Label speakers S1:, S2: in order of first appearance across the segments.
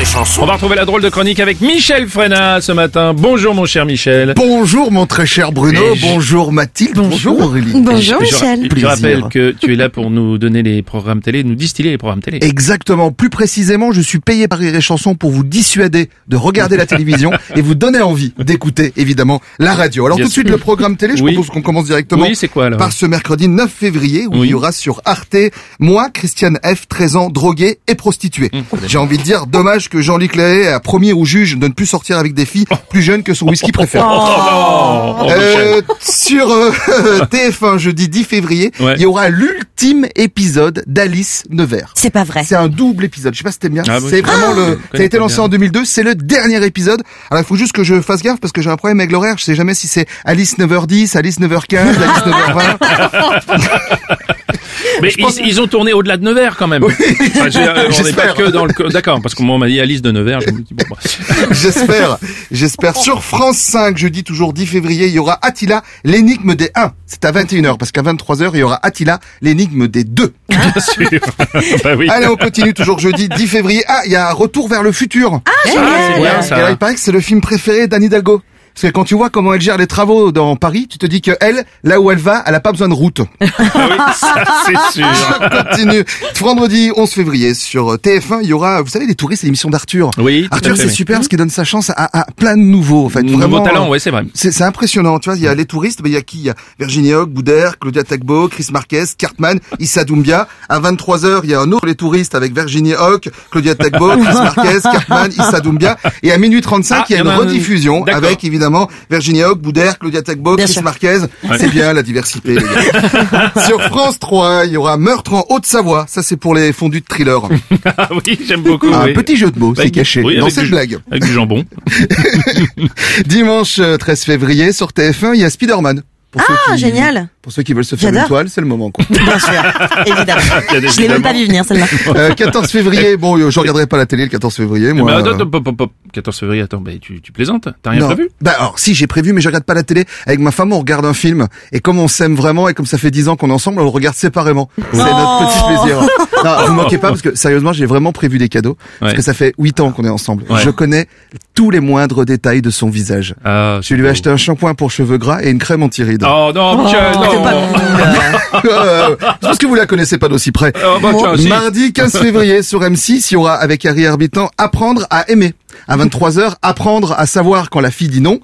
S1: et Chanson.
S2: On va retrouver la drôle de chronique avec Michel Frenat ce matin. Bonjour mon cher Michel.
S3: Bonjour mon très cher Bruno,
S2: Et je-
S3: bonjour Mathilde, bonjour, Aurélie.
S4: Bonjour
S2: Je-
S4: Michel.
S2: Je,
S3: Plaisir.
S2: rappelle que tu es là pour nous donner les programmes télé, nous distiller les programmes télé.
S3: Exactement, plus précisément, je suis payé par Rire et Chanson pour vous dissuader de regarder la télévision et vous donner envie d'écouter évidemment la radio. Alors
S2: Bien
S3: tout de suite
S2: sûr.
S3: le programme télé, je
S2: Oui.
S3: propose qu'on commence directement
S2: Oui, c'est quoi alors
S3: par ce mercredi 9 février où
S2: Oui.
S3: il y aura sur Arte moi, Christiane F, 13 ans, droguée et prostituée.
S2: Hum,
S3: J'ai envie de dire dommage que Jean-Luc Lahaye a promis au juge de ne plus sortir avec des filles plus jeunes que son whisky préféré.
S2: Oh, oh, Michel.
S3: Euh, sur euh, TF1 jeudi 10 février,
S2: Ouais.
S3: il y aura l'ultime épisode d'Alice Nevers.
S4: C'est pas vrai.
S3: C'est un double épisode. Je sais pas si t'aimes bien.
S2: Ah, oui,
S3: c'est
S2: je
S3: vraiment
S2: connais
S3: le.
S2: pas
S3: Ça a été lancé
S2: bien.
S3: en 2002. C'est le dernier épisode. Alors il faut juste que je fasse gaffe parce que j'ai un problème avec l'horaire. Je sais jamais si c'est Alice 9h10, Alice 9h15, Alice 9h20.
S2: Mais ils, ils ont tourné au-delà de Nevers quand même. Enfin, je- euh, on n'est pas
S3: J'espère.
S2: que dans le. co- D'accord, parce que moi on m'a dit Alice de Nevers. Je me dis, bon, bah,
S3: J'espère, j'espère. Sur France 5, jeudi toujours 10 février, il y aura Attila, l'énigme des 1. C'est à 21h, parce qu'à 23h, il y aura Attila, l'énigme des 2.
S2: bien sûr. bah oui.
S3: Allez, on continue toujours jeudi 10 février. Ah, il y a Retour vers le futur.
S2: Ah, c'est
S3: Ouais,
S2: bien
S3: Et là,
S2: ça.
S3: il paraît que c'est le film préféré d'Anne Hidalgo. Parce que quand tu vois comment elle gère les travaux dans Paris, tu te dis que elle, là où elle va, elle a pas besoin de route.
S2: Ah oui, ça, c'est sûr.
S3: Je continue. Vendredi 11 février sur TF1, il y aura, vous savez, les touristes, l'émission d'Arthur.
S2: Oui, tout à
S3: Arthur,
S2: fait,
S3: c'est
S2: oui.
S3: super, parce qu'il donne sa chance à, à plein de nouveaux, en fait.
S2: Nouveau
S3: Vraiment, euh,
S2: talent, ouais, c'est vrai.
S3: c'est c'est impressionnant, tu vois, il y a les touristes, mais il y a qui Il y a Virginie Hogg, Boudère, Claudia Tagbo, Chris Marquez, Cartman, Issa Doumbia. À 23h, il y a un autre les touristes avec Virginie Hogg, Claudia Tagbo, Chris Marquez, Cartman, Issa Doumbia. Et à minuit 35,
S2: Ah,
S3: il y a
S2: il y
S3: une
S2: en a un-
S3: rediffusion
S2: D'accord.
S3: avec évidemment Virginie Hogg, Boudère, Claudia Tagbo,
S4: Bien
S3: Chris
S4: sûr.
S3: Marquez. C'est bien la diversité. les gars. Sur France 3, il y aura Meurtre en Haute-Savoie. Ça, c'est pour les fondus de thriller.
S2: Ah oui, j'aime beaucoup.
S3: Un
S2: oui.
S3: petit jeu de mots, c'est
S2: Avec du-
S3: caché
S2: oui,
S3: dans
S2: avec
S3: cette
S2: du-
S3: blague.
S2: Avec du jambon.
S3: Dimanche euh, 13 février sur TF1, il y a Spider-Man. Pour ceux
S4: Ah,
S3: qui-
S4: génial.
S3: Pour ceux qui veulent se faire
S4: J'adore.
S3: une toile, c'est le moment. Quoi.
S4: Bien sûr, évidemment. Je l'ai même pas vu venir celle-là.
S3: Euh, 14 février, bon, euh, je regarderai pas la télé le 14 février, moi.
S2: Mais attends,
S3: euh,
S2: attends, pop, pop, pop. 14 février, attends, bah, tu, tu plaisantes T'as rien
S3: non.
S2: prévu
S3: Bah alors, si j'ai prévu, mais je regarde pas la télé. Avec ma femme, on regarde un film, et comme on s'aime vraiment, et comme ça fait 10 ans qu'on est ensemble, on le regarde séparément. C'est notre petit plaisir. Non, vous manquez pas, parce que sérieusement, j'ai vraiment prévu des cadeaux, parce
S2: Oh. Ouais.
S3: que ça fait 8 ans qu'on est ensemble.
S2: Ouais.
S3: Je connais tous les moindres détails de son visage.
S2: Ah,
S3: Je lui ai acheté un shampoing pour cheveux gras et une crème anti-rides.
S2: Oh non, tiens,
S4: Oh, c'est
S2: non.
S4: pas
S3: Euh, c'est parce que vous la connaissez pas d'aussi près.
S2: Oh, bah, tiens, si.
S3: Mardi 15 février sur M6, il y aura avec Harry Arbitan Apprendre à aimer. À 23h, apprendre à savoir quand la fille dit non.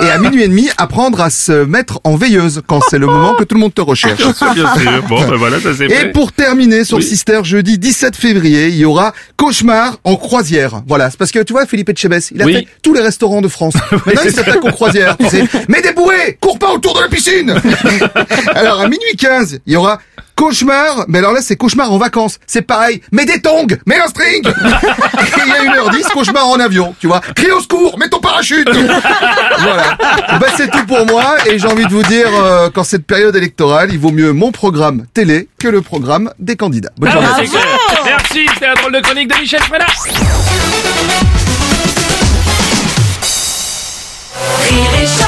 S3: Et à minuit et demi, apprendre à se mettre en veilleuse quand c'est le moment que tout le monde te recherche.
S2: C'est bien sûr. Bon, ben voilà, ça c'est
S3: Et
S2: fait.
S3: pour terminer sur
S2: Oui.
S3: Sister, jeudi 17 février, il y aura Cauchemar en croisière. Voilà, c'est parce que tu vois, Philippe Etchebest, il a
S2: Oui.
S3: fait tous les restaurants de France. Maintenant, il s'attaque aux croisières. tu sais. Mais des bouées Cours pas autour de la piscine Alors, à minuit 15, il y aura Cauchemar, mais alors là, c'est Cauchemar en vacances. C'est pareil. Mais des tongs Mais un string Et il y a 1h10, Cauchemar en avion, tu vois. Crie au secours Mets ton parachute voilà. Bah, c'est tout pour moi et j'ai envie de vous dire euh, qu'en cette période électorale, il vaut mieux mon programme télé que le programme des candidats. Bonne
S2: Ah,
S3: journée.
S2: bah, c'est clair. Merci, c'était la drôle de chronique de Michel Frenat.
S4: Rire et chanson.